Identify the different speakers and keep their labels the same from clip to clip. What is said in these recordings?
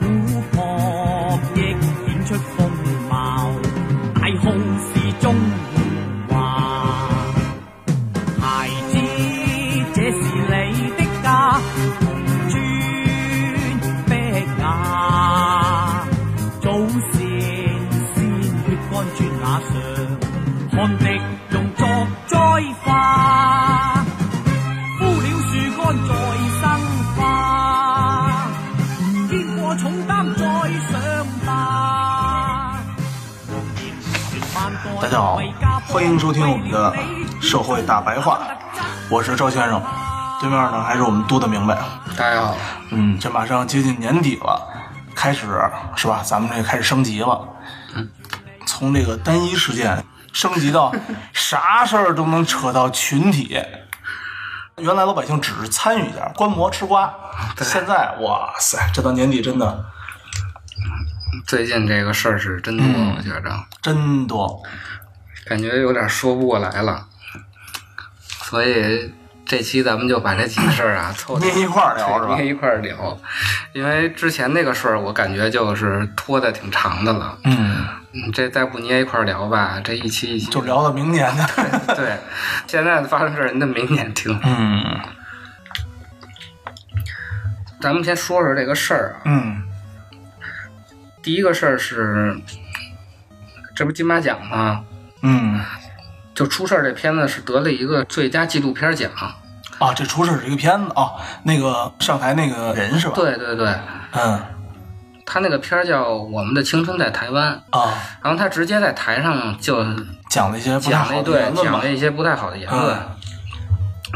Speaker 1: 古朴亦顯出風貌，大空是中華。孩子，這是你的家，紅磚碧瓦，祖先鮮血乾磚瓦上，汗滴用作栽花。枯了樹幹再生花，唔見過重擔再上吧。
Speaker 2: 大家好，欢迎收听我们的社会大白话，我是赵先生，对面呢还是我们嘟的明白。啊
Speaker 3: 大家好，
Speaker 2: 嗯，这马上接近年底了，开始是吧？咱们这开始升级了，
Speaker 3: 嗯
Speaker 2: 从这个单一事件升级 到啥事儿都能扯到群体。原来老百姓只是参与一下，观摩吃瓜，现在哇塞，这到年底真的
Speaker 3: 最近这个事儿是真多，
Speaker 2: 嗯
Speaker 3: 我觉着
Speaker 2: 真多。
Speaker 3: 感觉有点说不过来了，所以这期咱们就把这几个事儿 啊凑
Speaker 2: 捏一块儿聊是吧
Speaker 3: 对捏一块儿聊，因为之前那个事儿我感觉就是拖的挺长的了，
Speaker 2: 嗯，
Speaker 3: 嗯这再不捏一块儿聊吧，这一期一期
Speaker 2: 就聊到明年的。
Speaker 3: 对，现在发生事儿，那明年听。
Speaker 2: 嗯
Speaker 3: 咱们先说说这个事儿啊，
Speaker 2: 嗯
Speaker 3: 第一个事儿是，这不金马奖吗？
Speaker 2: 嗯，
Speaker 3: 就出事儿这片子是得了一个最佳纪录片奖，
Speaker 2: 啊，这出事是一个片子啊，那个上台那个人是吧？，
Speaker 3: 对对对，
Speaker 2: 嗯
Speaker 3: 他那个片儿叫《我们的青春在台湾》，
Speaker 2: 啊，
Speaker 3: 然后他直接在台上就
Speaker 2: 讲了一些不太
Speaker 3: 讲了
Speaker 2: 好
Speaker 3: 一
Speaker 2: 的
Speaker 3: 对
Speaker 2: 言论
Speaker 3: 讲
Speaker 2: 吧
Speaker 3: 了。一些不太好的言论，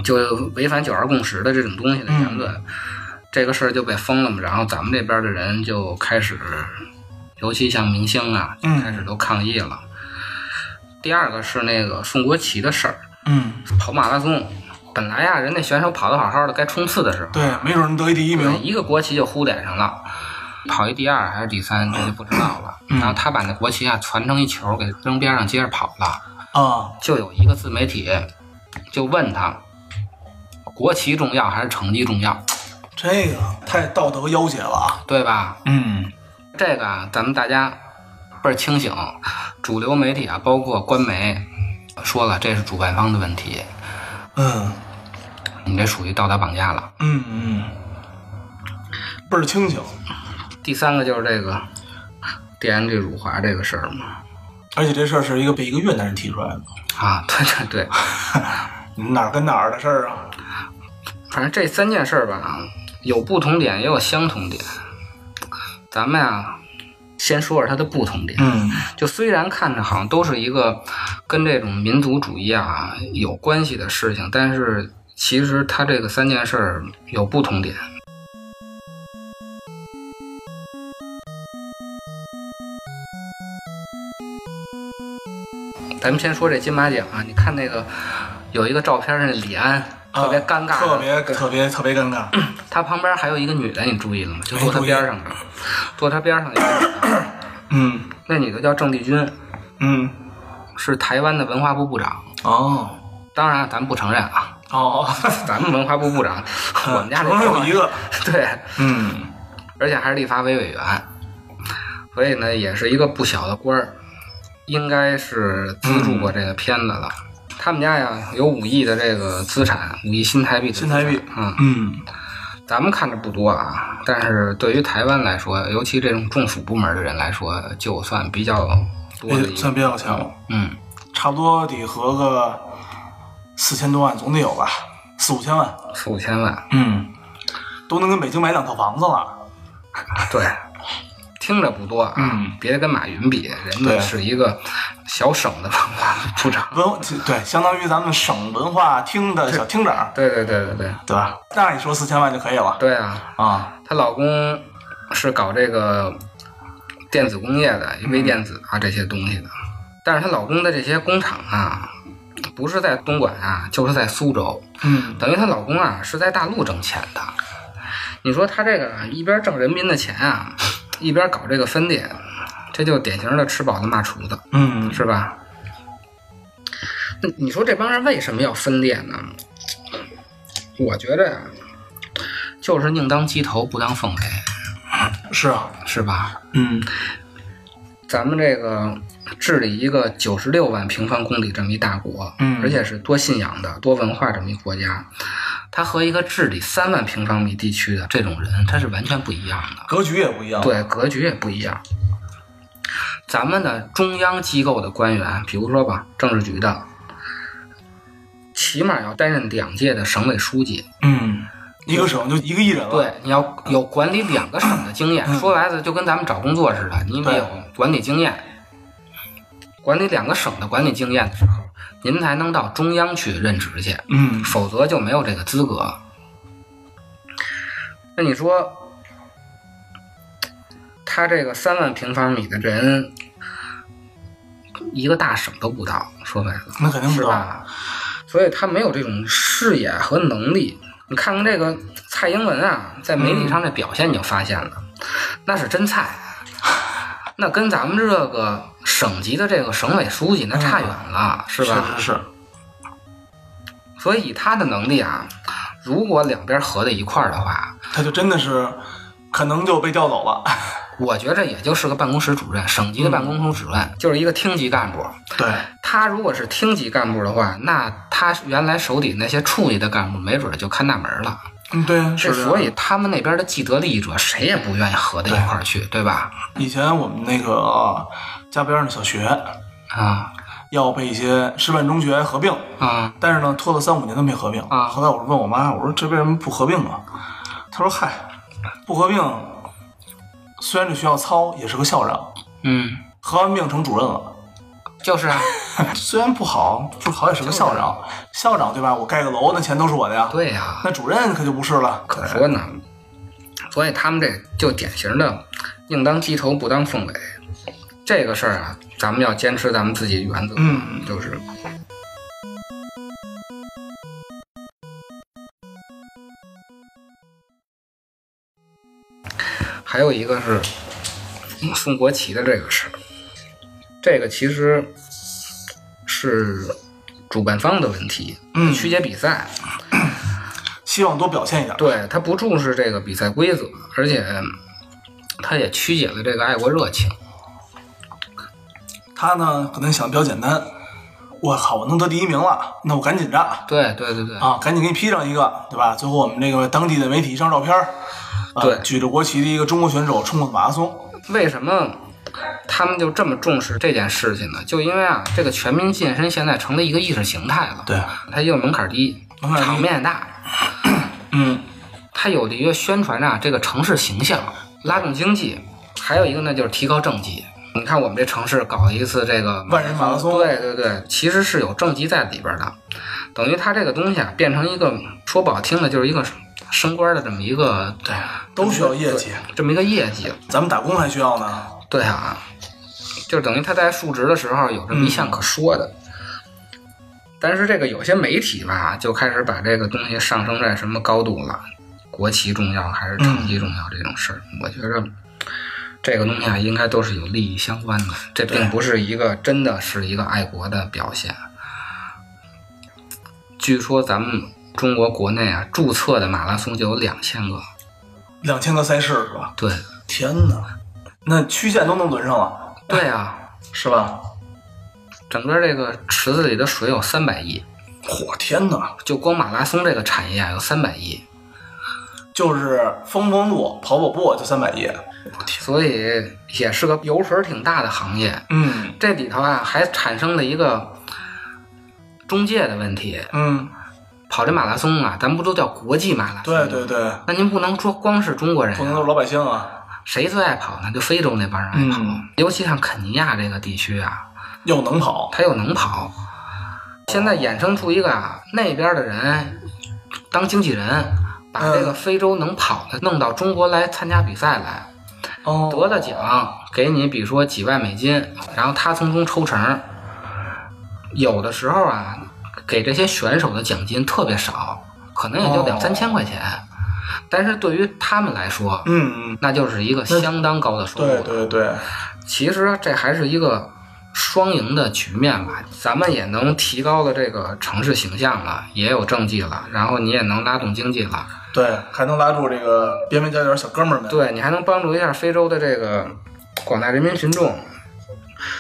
Speaker 3: 就违反九二共识的这种东西的言论，
Speaker 2: 嗯
Speaker 3: 这个事儿就被封了嘛。然后咱们这边的人就开始，尤其像明星啊，就
Speaker 2: 嗯
Speaker 3: 开始都抗议了。第二个是那个宋国旗的事儿，
Speaker 2: 嗯。
Speaker 3: 跑马拉松，本来呀、人那选手跑得好好的，该冲刺的时候，
Speaker 2: 对，没准能得一第一
Speaker 3: 对，
Speaker 2: 名。
Speaker 3: 一个国旗就呼脸上了，跑一第二还是第三，这就不知道了。然后他把那国旗啊传成一球给扔边上，接着跑了。
Speaker 2: 啊，
Speaker 3: 就有一个自媒体就问他，国旗重要还是成绩重要，
Speaker 2: 这个太道德要挟了啊。
Speaker 3: 对吧？
Speaker 2: 嗯
Speaker 3: 这个啊，咱们大家倍儿清醒，主流媒体啊，包括官媒说了，这是主办方的问题，
Speaker 2: 嗯
Speaker 3: 你这属于道德绑架了。
Speaker 2: 嗯嗯，倍儿清醒，
Speaker 3: 第三个就是这个电安这辱华这个事儿嘛，
Speaker 2: 而且这事儿是一个被一个越南人提出来的，
Speaker 3: 啊，对对对。
Speaker 2: 哪儿跟哪儿的事儿啊？
Speaker 3: 反正这三件事儿吧，啊有不同点，也有相同点。咱们呀、先说说它的不同点。
Speaker 2: 嗯
Speaker 3: 就虽然看着好像都是一个跟这种民族主义啊有关系的事情，但是其实它这个三件事儿有不同点。咱们先说这金马奖啊，你看那个有一个照片儿，那李安特别尴尬的、
Speaker 2: 啊特别
Speaker 3: 对
Speaker 2: 特别特别尴尬。
Speaker 3: 他旁边还有一个女的，你注意了吗？就坐他
Speaker 2: 没注意
Speaker 3: 边上的，坐他边上的一个女的，
Speaker 2: 嗯
Speaker 3: 那女的叫郑丽君，
Speaker 2: 嗯，
Speaker 3: 是台湾的文化部部长。
Speaker 2: 哦
Speaker 3: 当然，咱们不承认啊，
Speaker 2: 哦，
Speaker 3: 咱们文化部部 长，我们家
Speaker 2: 只能有一
Speaker 3: 个
Speaker 2: 个。
Speaker 3: 对，
Speaker 2: 嗯
Speaker 3: 而且还是立法委委员，所以呢，也是一个不小的官儿，应该是资
Speaker 2: 嗯
Speaker 3: 助过这个片子了。他们家呀有五亿的这个资产，五亿新台币的资产，
Speaker 2: 新台币
Speaker 3: 嗯，
Speaker 2: 嗯
Speaker 3: 咱们看着不多啊，但是对于台湾来说，尤其这种政府部门的人来说，就算比较多的
Speaker 2: 也
Speaker 3: 一
Speaker 2: 哎算
Speaker 3: 个，
Speaker 2: 比较强了，
Speaker 3: 嗯，
Speaker 2: 差不多得合个四千多万，总得有吧，四五千万。
Speaker 3: 四五千万，啊
Speaker 2: 嗯，都能跟北京买两套房子了。
Speaker 3: 对，听着不多啊，
Speaker 2: 嗯
Speaker 3: 别跟马云比，人
Speaker 2: 对啊
Speaker 3: 家是一个小省的文化部长，
Speaker 2: 文 对，相当于咱们省文化厅的小厅长，
Speaker 3: 对对对对对，
Speaker 2: 对吧？那你说四千万就可以了
Speaker 3: 对啊，
Speaker 2: 啊？
Speaker 3: 她老公是搞这个电
Speaker 2: 嗯
Speaker 3: 子工业的，微电子啊这些东西的，但是她老公的这些工厂啊，不是在东莞啊，就是在苏州，
Speaker 2: 嗯
Speaker 3: 等于她老公啊是在大陆挣钱的。你说她这个一边挣人民的钱啊，一边搞这个分店，这就典型的吃饱了骂厨子。
Speaker 2: 嗯
Speaker 3: 是吧？那你说这帮人为什么要分裂呢？我觉着呀，就是宁当鸡头不当凤尾，
Speaker 2: 是啊，
Speaker 3: 是吧？
Speaker 2: 嗯
Speaker 3: 咱们这个治理一个九十六万平方公里这么一大国，
Speaker 2: 嗯
Speaker 3: 而且是多信仰的、多文化这么一国家，他和一个治理三万平方米地区的这种人，他是完全不一样的。
Speaker 2: 格局也不一样，
Speaker 3: 对，格局也不一样。咱们的中央机构的官员，比如说吧，政治局的，起码要担任两届的省委书记。
Speaker 2: 嗯，一个省就一个艺人了，
Speaker 3: 对，你要有管理两个省的经验。说白了，就跟咱们找工作似的，你得
Speaker 2: 对
Speaker 3: 有管理经验，管理两个省的管理经验的时候，您才能到中央去任职去。
Speaker 2: 嗯
Speaker 3: 否则就没有这个资格。那你说，他这个三万平方米的人，一个大省都不到，说白了
Speaker 2: 那肯定不
Speaker 3: 是
Speaker 2: 知道，
Speaker 3: 吧？
Speaker 2: 啊
Speaker 3: 所以他没有这种视野和能力。你看看这个蔡英文啊，在媒
Speaker 2: 嗯
Speaker 3: 体上的表现，你就发现了，那是真菜。那跟咱们这个省级的这个省委书记那差远了，是吧？
Speaker 2: 嗯是是，
Speaker 3: 所以以他的能力啊，如果两边合在一块儿的话，
Speaker 2: 他就真的是可能就被调走了，
Speaker 3: 我觉着也就是个办公室主任，省级的办公室主任，
Speaker 2: 嗯
Speaker 3: 就是一个厅级干部。
Speaker 2: 对，
Speaker 3: 他如果是厅级干部的话，那他原来手底那些处级的干部，没准儿就看大门了。
Speaker 2: 嗯对啊，是
Speaker 3: 这
Speaker 2: 这样
Speaker 3: 所以他们那边的既得利益者，谁也不愿意合在一块儿去，对吧？
Speaker 2: 以前我们那个家边上的小学
Speaker 3: 啊
Speaker 2: 要被一些师范中学合并，
Speaker 3: 啊
Speaker 2: 但是呢，拖了三五年都没合并
Speaker 3: 啊
Speaker 2: 后来我是问我妈，我说这为什么不合并啊？她说：“嗨，不合并，虽然这学校糙，也是个校长，
Speaker 3: 嗯，
Speaker 2: 合完并成主任了。
Speaker 3: 就是啊，
Speaker 2: 虽然不好，不好也是个校长，校长对吧？我盖个楼，那钱都是我的呀。
Speaker 3: 对啊呀、
Speaker 2: 那主任可就不是了。
Speaker 3: 可说呢。
Speaker 2: 哎
Speaker 3: 所以他们这就典型的宁当鸡头不当凤尾，这个事儿啊，咱们要坚持咱们自己的原则，
Speaker 2: 嗯
Speaker 3: 就是还有一个是送国旗的这个事儿，这个其实是主办方的问题，
Speaker 2: 嗯
Speaker 3: 曲解比赛，
Speaker 2: 希望多表现一点。
Speaker 3: 对他不重视这个比赛规则，而且他也曲解了这个爱国热情。
Speaker 2: 他呢，可能想比较简单。我靠，我能得第一名了，那我赶紧着
Speaker 3: 对对对对，
Speaker 2: 啊，赶紧给你 P 上一个，对吧？最后我们这个当地的媒体一张照片儿，啊
Speaker 3: 对
Speaker 2: 举着国旗的一个中国选手冲过马拉松。
Speaker 3: 为什么他们就这么重视这件事情呢？就因为啊，这个全民健身现在成了一个意识形态了。
Speaker 2: 对，
Speaker 3: 它又门槛低，
Speaker 2: 门槛低
Speaker 3: 场面大，
Speaker 2: 嗯，
Speaker 3: 它有利于宣传啊这个城市形象，拉动经济。还有一个呢，就是提高政绩。你看我们这城市搞一次这个
Speaker 2: 万人马拉松
Speaker 3: 对对对，其实是有政绩在里边的，等于它这个东西啊，变成一个说不好听的，就是一个升官的这么一个对
Speaker 2: 都需要业绩，
Speaker 3: 这么一个业绩。
Speaker 2: 咱们打工还需要呢。
Speaker 3: 对啊，就等于他在述职的时候有这么一项可说的。但是这个有些媒体吧，就开始把这个东西上升在什么高度了，国旗重要还是成绩重要这种事儿，我觉着。这个东西啊，应该都是有利益相关的，这并不是一个真的是一个爱国的表现。据说咱们中国国内啊，注册的马拉松就有两千个，
Speaker 2: 两千个赛事是吧？
Speaker 3: 对，
Speaker 2: 天哪，那区县都能轮上了，
Speaker 3: 对啊，
Speaker 2: 是吧？
Speaker 3: 整个这个池子里的水有三百亿，
Speaker 2: 嚯，天哪！
Speaker 3: 就光马拉松这个产业啊，有三百亿，
Speaker 2: 就是风风路、跑跑步就三百亿。
Speaker 3: 所以也是个油水儿挺大的行业。
Speaker 2: 嗯
Speaker 3: 这里头啊，还产生了一个中介的问题。
Speaker 2: 嗯，
Speaker 3: 跑这马拉松啊，咱不都叫国际马拉松？
Speaker 2: 对对。对，
Speaker 3: 那您不能说光是中国人
Speaker 2: 不能
Speaker 3: 啊、
Speaker 2: 都是老百姓啊，
Speaker 3: 谁最爱跑呢？就非洲那帮人爱跑，
Speaker 2: 嗯
Speaker 3: 尤其像肯尼亚这个地区啊，
Speaker 2: 又能跑，
Speaker 3: 他又能跑。现在衍生出一个啊，那边的人当经纪人，把这个
Speaker 2: 嗯
Speaker 3: 非洲能跑的弄到中国来参加比赛来，
Speaker 2: 哦
Speaker 3: 得了奖，给你比如说几万美金，然后他从中抽成。有的时候啊，给这些选手的奖金特别少，可能也就
Speaker 2: 哦
Speaker 3: 两三千块钱，但是对于他们来说，
Speaker 2: 嗯，
Speaker 3: 那就是一个相当高的收入了
Speaker 2: 对。对对，
Speaker 3: 其实这还是一个双赢的局面吧，咱们也能提高了这个城市形象了，也有政绩了，然后你也能拉动经济了，
Speaker 2: 对，还能拉住这个边边角角小哥们儿们。
Speaker 3: 对你还能帮助一下非洲的这个广大人民群众。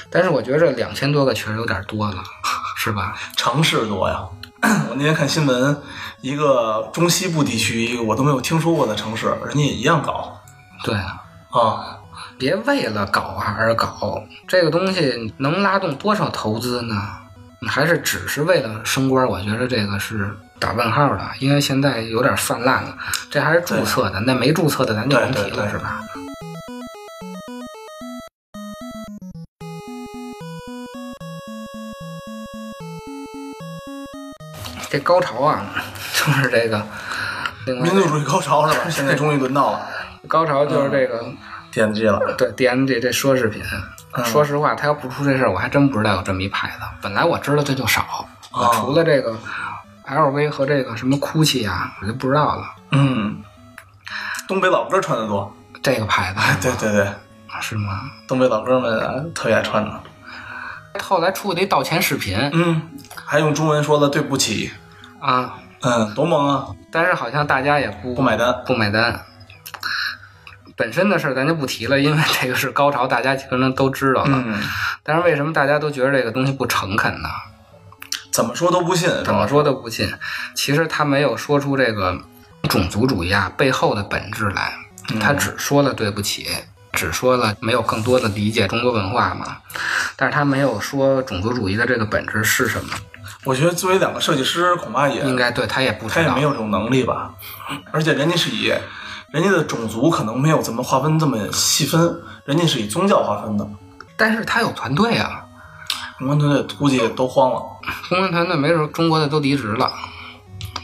Speaker 3: 但是我觉着两千多个确实有点多了， 是吧？
Speaker 2: 城市多呀。 我那天看新闻，一个中西部地区，一个我都没有听说过的城市，人家也一样搞
Speaker 3: 对啊，
Speaker 2: 啊。
Speaker 3: 别为了搞啊而搞，这个东西能拉动多少投资呢？你还是只是为了升官，我觉着这个是打问号的，因为现在有点泛滥了。这还是注册的，那没注册的咱就甭提
Speaker 2: 对对
Speaker 3: 了，
Speaker 2: 对
Speaker 3: 是吧？这高潮啊， 就是这个，另外
Speaker 2: 民族主义高潮 是吧？现在终于轮到了，
Speaker 3: 高潮就是这个。
Speaker 2: 嗯点击了。
Speaker 3: 对 DMG 这奢侈品，
Speaker 2: 嗯
Speaker 3: 说实话，他要不出这事儿，我还真不知道有这么一牌子。本来我知道这就少，
Speaker 2: 哦
Speaker 3: 我除了这个 LV 和这个什么 GUCCI 啊，我就不知道了。
Speaker 2: 嗯，东北老哥穿的多。
Speaker 3: 这个牌子
Speaker 2: 对对对，
Speaker 3: 是吗？
Speaker 2: 东北老哥们啊特别爱穿的。
Speaker 3: 后来出了一道歉视频
Speaker 2: 嗯，还用中文说了对不起。
Speaker 3: 啊，
Speaker 2: 嗯，多萌啊！
Speaker 3: 但是好像大家也不
Speaker 2: 不买单。
Speaker 3: 不买单。本身的事儿咱就不提了，因为这个是高潮，大家可能都知道了。
Speaker 2: 嗯，
Speaker 3: 但是为什么大家都觉得这个东西不诚恳呢？
Speaker 2: 怎么说都不信是
Speaker 3: 怎么
Speaker 2: 吧？
Speaker 3: 说都不信。其实他没有说出这个种族主义啊背后的本质来，
Speaker 2: 嗯
Speaker 3: 他只说了对不起，只说了没有更多的理解中国文化嘛。但是他没有说种族主义的这个本质是什么，
Speaker 2: 我觉得作为两个设计师，恐怕也
Speaker 3: 应该对他也不
Speaker 2: 他
Speaker 3: 知
Speaker 2: 也
Speaker 3: 道
Speaker 2: 没。有这种能力吧？而且人家是以人家的种族可能没有怎么划分这么细分，人家是以宗教划分的。
Speaker 3: 但是他有团队啊，
Speaker 2: 公关团队估计都慌了。
Speaker 3: 公关团队没准中国的都离职了，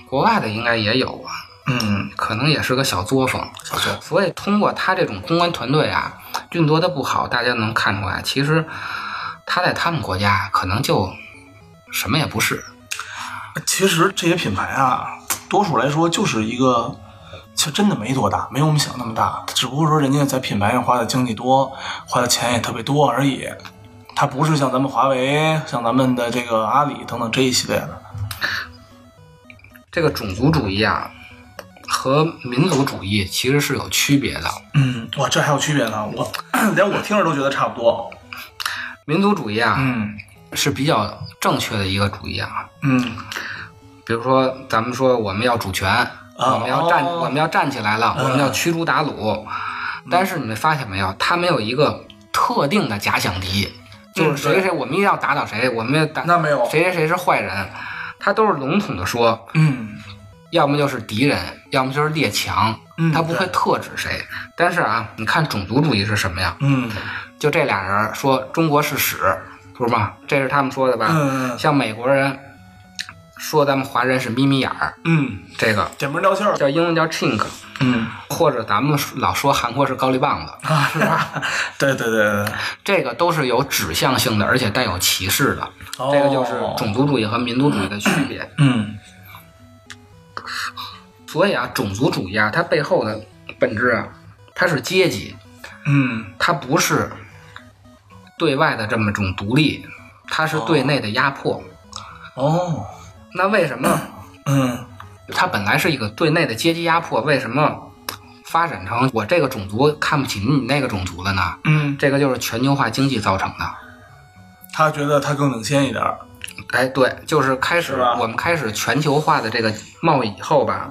Speaker 3: 国外的应该也有啊，
Speaker 2: 嗯，
Speaker 3: 可能也是个小作坊。
Speaker 2: 小作
Speaker 3: 所以通过他这种公关团队啊，运作的不好，大家能看出来，其实他在他们国家可能就什么也不是。
Speaker 2: 其实这些品牌啊，多数来说就是一个，其实真的没多大，没有我们想那么大，只不过说人家在品牌上花的精力多，花的钱也特别多而已。它不是像咱们华为、像咱们的这个阿里等等这一系列的。
Speaker 3: 这个种族主义啊，和民族主义其实是有区别的。
Speaker 2: 嗯，哇，这还有区别呢，我 连我听着都觉得差不多。
Speaker 3: 民族主义啊、
Speaker 2: 嗯
Speaker 3: 是比较正确的一个主义啊，
Speaker 2: 嗯，
Speaker 3: 比如说咱们说我们要主权，
Speaker 2: 啊
Speaker 3: 我们
Speaker 2: 哦
Speaker 3: 要站，我们要站起来了，我
Speaker 2: 嗯
Speaker 3: 们要驱逐鞑虏。但是你们发现没有，他没有一个特定的假想敌，就是谁谁谁，我们一定要打倒谁，我们要打
Speaker 2: 嗯那没有，
Speaker 3: 谁谁谁是坏人，他都是笼统的说，
Speaker 2: 嗯
Speaker 3: 要么就是敌人，要么就是列强，
Speaker 2: 嗯
Speaker 3: 他不会特指谁。但是啊，你看种族主义是什么呀？
Speaker 2: 嗯
Speaker 3: 就这俩人说中国是屎，不是吗？这是他们说的吧？
Speaker 2: 嗯
Speaker 3: 像美国人说咱们华人是眯眯眼儿，
Speaker 2: 嗯，
Speaker 3: 这个
Speaker 2: 点名道姓儿，
Speaker 3: 叫英文叫 chink，
Speaker 2: 嗯
Speaker 3: 或者咱们老说韩国是高丽棒子，
Speaker 2: 啊
Speaker 3: 是吧？
Speaker 2: 对对对对对，
Speaker 3: 这个都是有指向性的，而且带有歧视的。
Speaker 2: 哦
Speaker 3: 这个就是种族主义和民族主义的区别。
Speaker 2: 嗯
Speaker 3: 所以啊，种族主义啊，它背后的本质啊，它是阶级，
Speaker 2: 嗯
Speaker 3: 它不是对外的这么种独立，它是对内的压迫。
Speaker 2: 哦
Speaker 3: 那为什么
Speaker 2: 嗯
Speaker 3: 它本来是一个对内的阶级压迫，为什么发展成我这个种族看不起你那个种族了呢？
Speaker 2: 嗯，
Speaker 3: 这个就是全球化经济造成的。
Speaker 2: 他觉得他更领先一点儿，
Speaker 3: 哎，对，就是开始
Speaker 2: 是吧
Speaker 3: 我们开始全球化的这个贸易以后吧，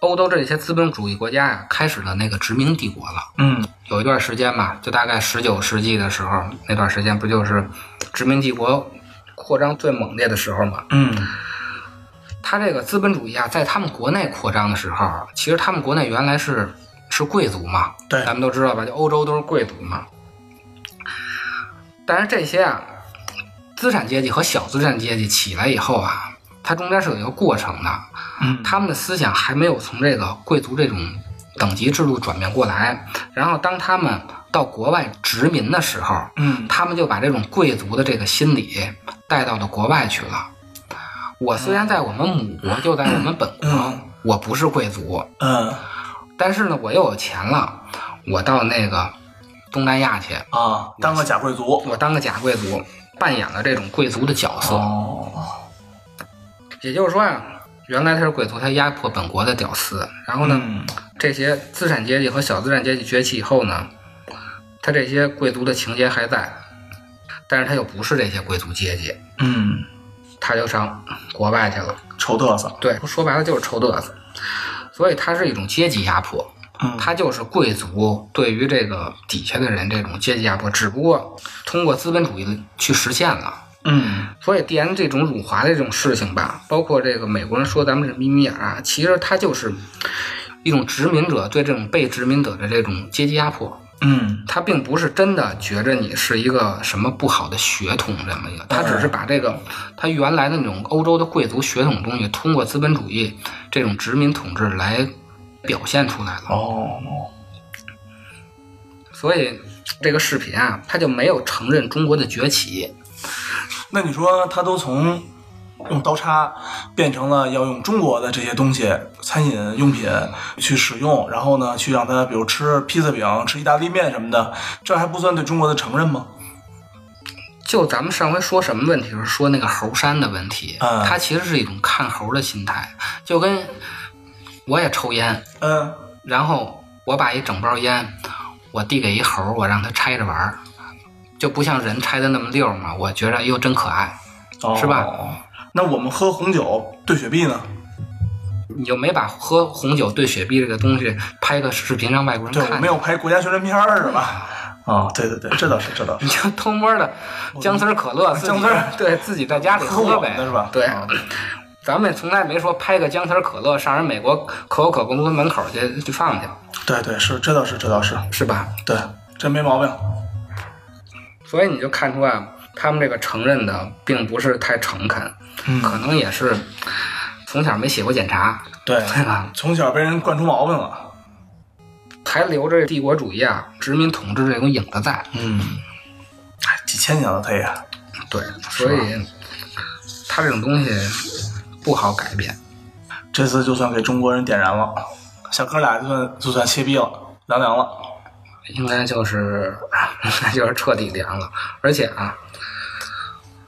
Speaker 3: 欧洲这些资本主义国家呀、开始了那个殖民帝国了。
Speaker 2: 嗯
Speaker 3: 有一段时间吧，就大概十九世纪的时候，那段时间不就是殖民帝国扩张最猛烈的时候嘛？
Speaker 2: 嗯
Speaker 3: 他这个资本主义啊，在他们国内扩张的时候，啊其实他们国内原来是是贵族嘛，
Speaker 2: 对
Speaker 3: 咱们都知道吧，就欧洲都是贵族嘛。但是这些啊，资产阶级和小资产阶级起来以后啊，它中间是有一个过程的，
Speaker 2: 嗯
Speaker 3: 他们的思想还没有从这个贵族这种等级制度转变过来。然后当他们到国外殖民的时候，
Speaker 2: 嗯
Speaker 3: 他们就把这种贵族的这个心理带到了国外去了。我虽然在我们母国，就在我们本国，我不是贵族，
Speaker 2: 嗯
Speaker 3: 但是呢，我又有钱了，我到那个东南亚去，
Speaker 2: 啊，当个假贵族。
Speaker 3: 我当个假贵族，扮演了这种贵族的角色。
Speaker 2: 哦，
Speaker 3: 也就是说啊，原来他是贵族，他压迫本国的屌丝，然后呢，
Speaker 2: 嗯
Speaker 3: 这些资产阶级和小资产阶级崛起以后呢，他这些贵族的情节还在，但是他又不是这些贵族阶级，
Speaker 2: 嗯，
Speaker 3: 他就上国外去了。
Speaker 2: 臭嘚瑟。
Speaker 3: 对，说白了就是臭嘚瑟，所以它是一种阶级压迫。
Speaker 2: 嗯
Speaker 3: 它就是贵族对于这个底下的人这种阶级压迫，只不过通过资本主义去实现了。
Speaker 2: 嗯
Speaker 3: 所以 D N 这种辱华的这种事情吧，包括这个美国人说咱们是眯眯眼啊，其实它就是一种殖民者对这种被殖民者的这种阶级压迫。
Speaker 2: 嗯
Speaker 3: 他并不是真的觉着你是一个什么不好的血统这么一个，他只是把这个他原来的那种欧洲的贵族血统东西，通过资本主义这种殖民统治来表现出来了。
Speaker 2: 哦
Speaker 3: 所以这个视频啊，他就没有承认中国的崛起。
Speaker 2: 那你说他都从用刀叉变成了要用中国的这些东西、餐饮用品去使用，然后呢，去让他比如吃披萨饼、吃意大利面什么的，这还不算对中国的承认吗？
Speaker 3: 就咱们上回说什么问题时候说那个猴山的问题，
Speaker 2: 嗯
Speaker 3: 它其实是一种看猴的心态，就跟我也抽烟，
Speaker 2: 嗯
Speaker 3: 然后我把一整包烟，我递给一猴儿，我让他拆着玩儿，就不像人拆的那么溜儿嘛。我觉着哟真可爱，
Speaker 2: 哦
Speaker 3: 是吧？
Speaker 2: 那我们喝红酒兑雪碧呢？
Speaker 3: 你就没把喝红酒兑雪碧这个东西拍个视频让外国人
Speaker 2: 对，
Speaker 3: 看
Speaker 2: 我
Speaker 3: 见，
Speaker 2: 没有拍国家宣传片儿是吧？啊，对对对，这倒是，这倒是。
Speaker 3: 你就偷摸的姜丝儿可 乐，自己
Speaker 2: 姜丝儿
Speaker 3: 对自己在家里喝
Speaker 2: 我
Speaker 3: 呗
Speaker 2: 们，的是吧？
Speaker 3: 对。
Speaker 2: 啊
Speaker 3: 咱们从来没说拍个姜丝儿可乐上人美国可口可乐公司门口去去放去，
Speaker 2: 对对是，这倒是，这倒是，
Speaker 3: 是吧？
Speaker 2: 对，这没毛病。
Speaker 3: 所以你就看出啊，他们这个承认的并不是太诚恳，
Speaker 2: 嗯
Speaker 3: 可能也是从小没写过检查，
Speaker 2: 对，
Speaker 3: 对吧？
Speaker 2: 从小被人惯出毛病了。
Speaker 3: 还留着帝国主义啊、殖民统治这种影子在。
Speaker 2: 嗯，哎几千年了，他也。
Speaker 3: 嗯对，所以他这种东西不好改变。
Speaker 2: 这次就算给中国人点燃了，小哥俩就算就算切逼了，凉凉了。
Speaker 3: 应该就是应该 就是彻底凉了。而且啊，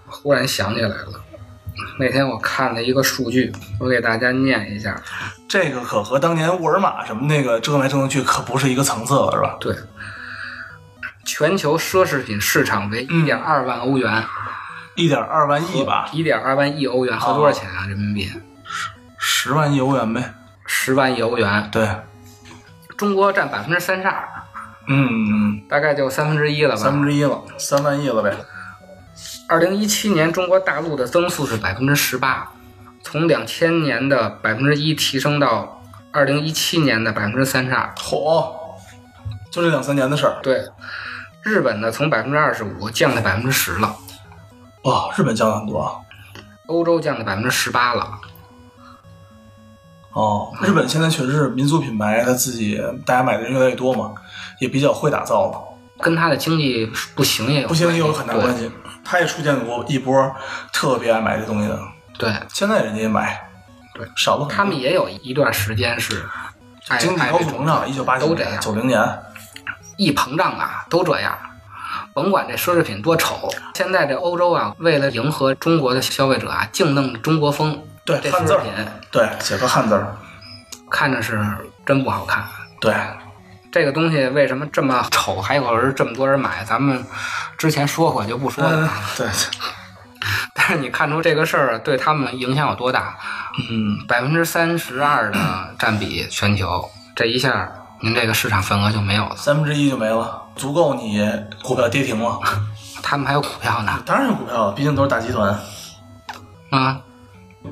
Speaker 3: 忽然想起来了，那天我看了一个数据，我给大家念一下。
Speaker 2: 这个可和当年沃尔玛什么那个折腾来折腾去可不是一个层次了，是吧？
Speaker 3: 对，全球奢侈品市场为一
Speaker 2: 嗯
Speaker 3: 点二万欧元，
Speaker 2: 一点二万亿吧，
Speaker 3: 一点二万亿欧元合多少钱啊？人民币
Speaker 2: 十万亿欧元呗。
Speaker 3: 十万亿欧元，
Speaker 2: 对，
Speaker 3: 中国占百分之三十二，
Speaker 2: 嗯，
Speaker 3: 大概就三分之一了吧。
Speaker 2: 三分之一了，三万亿了呗。
Speaker 3: 二零一七年中国大陆的增速是百分之十八，从两千年的百分之一提升到二零一七年的百分之三十二。
Speaker 2: 嚯，就这两三年的事儿。
Speaker 3: 对，日本呢从百分之二十五降到百分之十了，
Speaker 2: 哇，日本降了很多啊。
Speaker 3: 欧洲降到百分之十八了。
Speaker 2: 哦，日本现在确实是民族品牌，他自己大家买的人越来越多嘛，也比较会打造了。
Speaker 3: 跟它的经济不行也有
Speaker 2: 不行也有很
Speaker 3: 关系
Speaker 2: 大关
Speaker 3: 对
Speaker 2: 系。他也出现过一波特别爱买这东西的，
Speaker 3: 对，
Speaker 2: 现在人家也买，
Speaker 3: 对，
Speaker 2: 少了很多。
Speaker 3: 他们也有一段时间是爱
Speaker 2: 经济
Speaker 3: 爱
Speaker 2: 高啊
Speaker 3: 这
Speaker 2: 速
Speaker 3: 种
Speaker 2: 膨胀，一九八九
Speaker 3: 都这
Speaker 2: 年、
Speaker 3: 样，
Speaker 2: 九零年，
Speaker 3: 一膨胀啊都这样。甭管这奢侈品多丑，现在这欧洲啊，为了迎合中国的消费者啊，净弄中国风，
Speaker 2: 对
Speaker 3: 这
Speaker 2: 汉
Speaker 3: 奢
Speaker 2: 字
Speaker 3: 侈
Speaker 2: 儿
Speaker 3: 品
Speaker 2: 对，写个汉字儿，
Speaker 3: 看着是真不好看。
Speaker 2: 对，
Speaker 3: 这个东西为什么这么丑，还有人这么多人买？咱们之前说过就不说了。
Speaker 2: 嗯，对，
Speaker 3: 但是你看出这个事儿啊对他们影响有多大？
Speaker 2: 嗯，
Speaker 3: 百分之三十二的占比全球，这一下您这个市场份额就没有了。
Speaker 2: 三分之一就没了，足够你股票跌停了。
Speaker 3: 他们还有股票呢，
Speaker 2: 当然有股票了，毕竟都是大集团。
Speaker 3: 啊，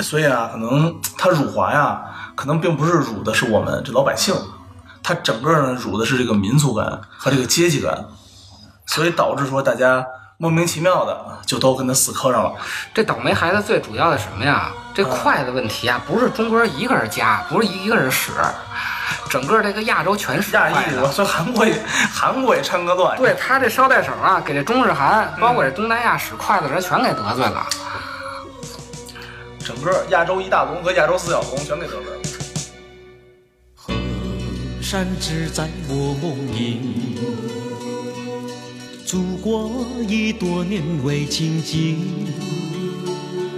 Speaker 2: 所以啊，可能他辱华呀，可能并不是辱的是我们这老百姓，他整个呢辱的是这个民族感和这个阶级感，所以导致说大家莫名其妙的就都跟他死磕上 了。
Speaker 3: 这倒霉孩子最
Speaker 2: 嗯
Speaker 3: 主要的什么呀？这筷子问题啊，不是中国人一个人夹，不是一个人使，整个这个亚洲全是
Speaker 2: 亚
Speaker 3: 坏
Speaker 2: 裔
Speaker 3: 的
Speaker 2: 我说韩国也韩国也掺个乱，
Speaker 3: 对他这捎带手啊，给这中日韩，包括这东南亚使筷子人全给得罪了。
Speaker 2: 整个亚洲一大龙和亚洲四小龙全给得罪了。
Speaker 1: 河山之在我梦萦，祖国已多年未亲近。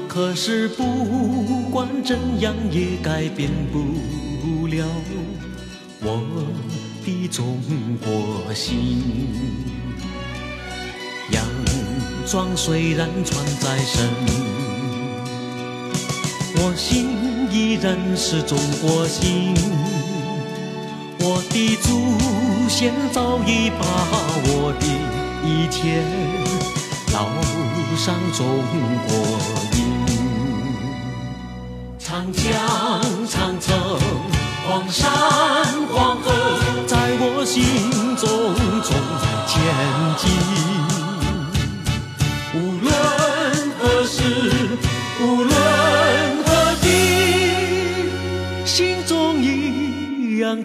Speaker 1: 可是不管怎样也改变不了我的中国心。洋装虽然穿在身。我心依然是中国心，我的祖先早已把我的一切烙上中国印。长江、长城、黄山、黄河，在我心中总在前进。无论何时，无论何地，心中一样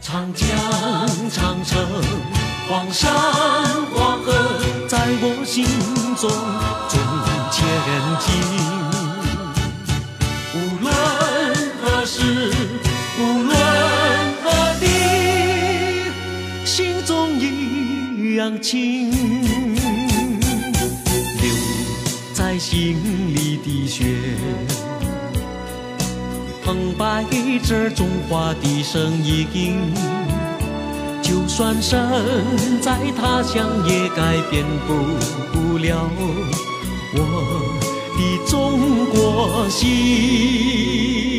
Speaker 1: 长江、长城、黄山、黄河，在我心中总前进。无论何时，无论何地，心中一样清。留在心里的血。澎湃着中华的声音。就算身在他乡，也改变不了我的中国心。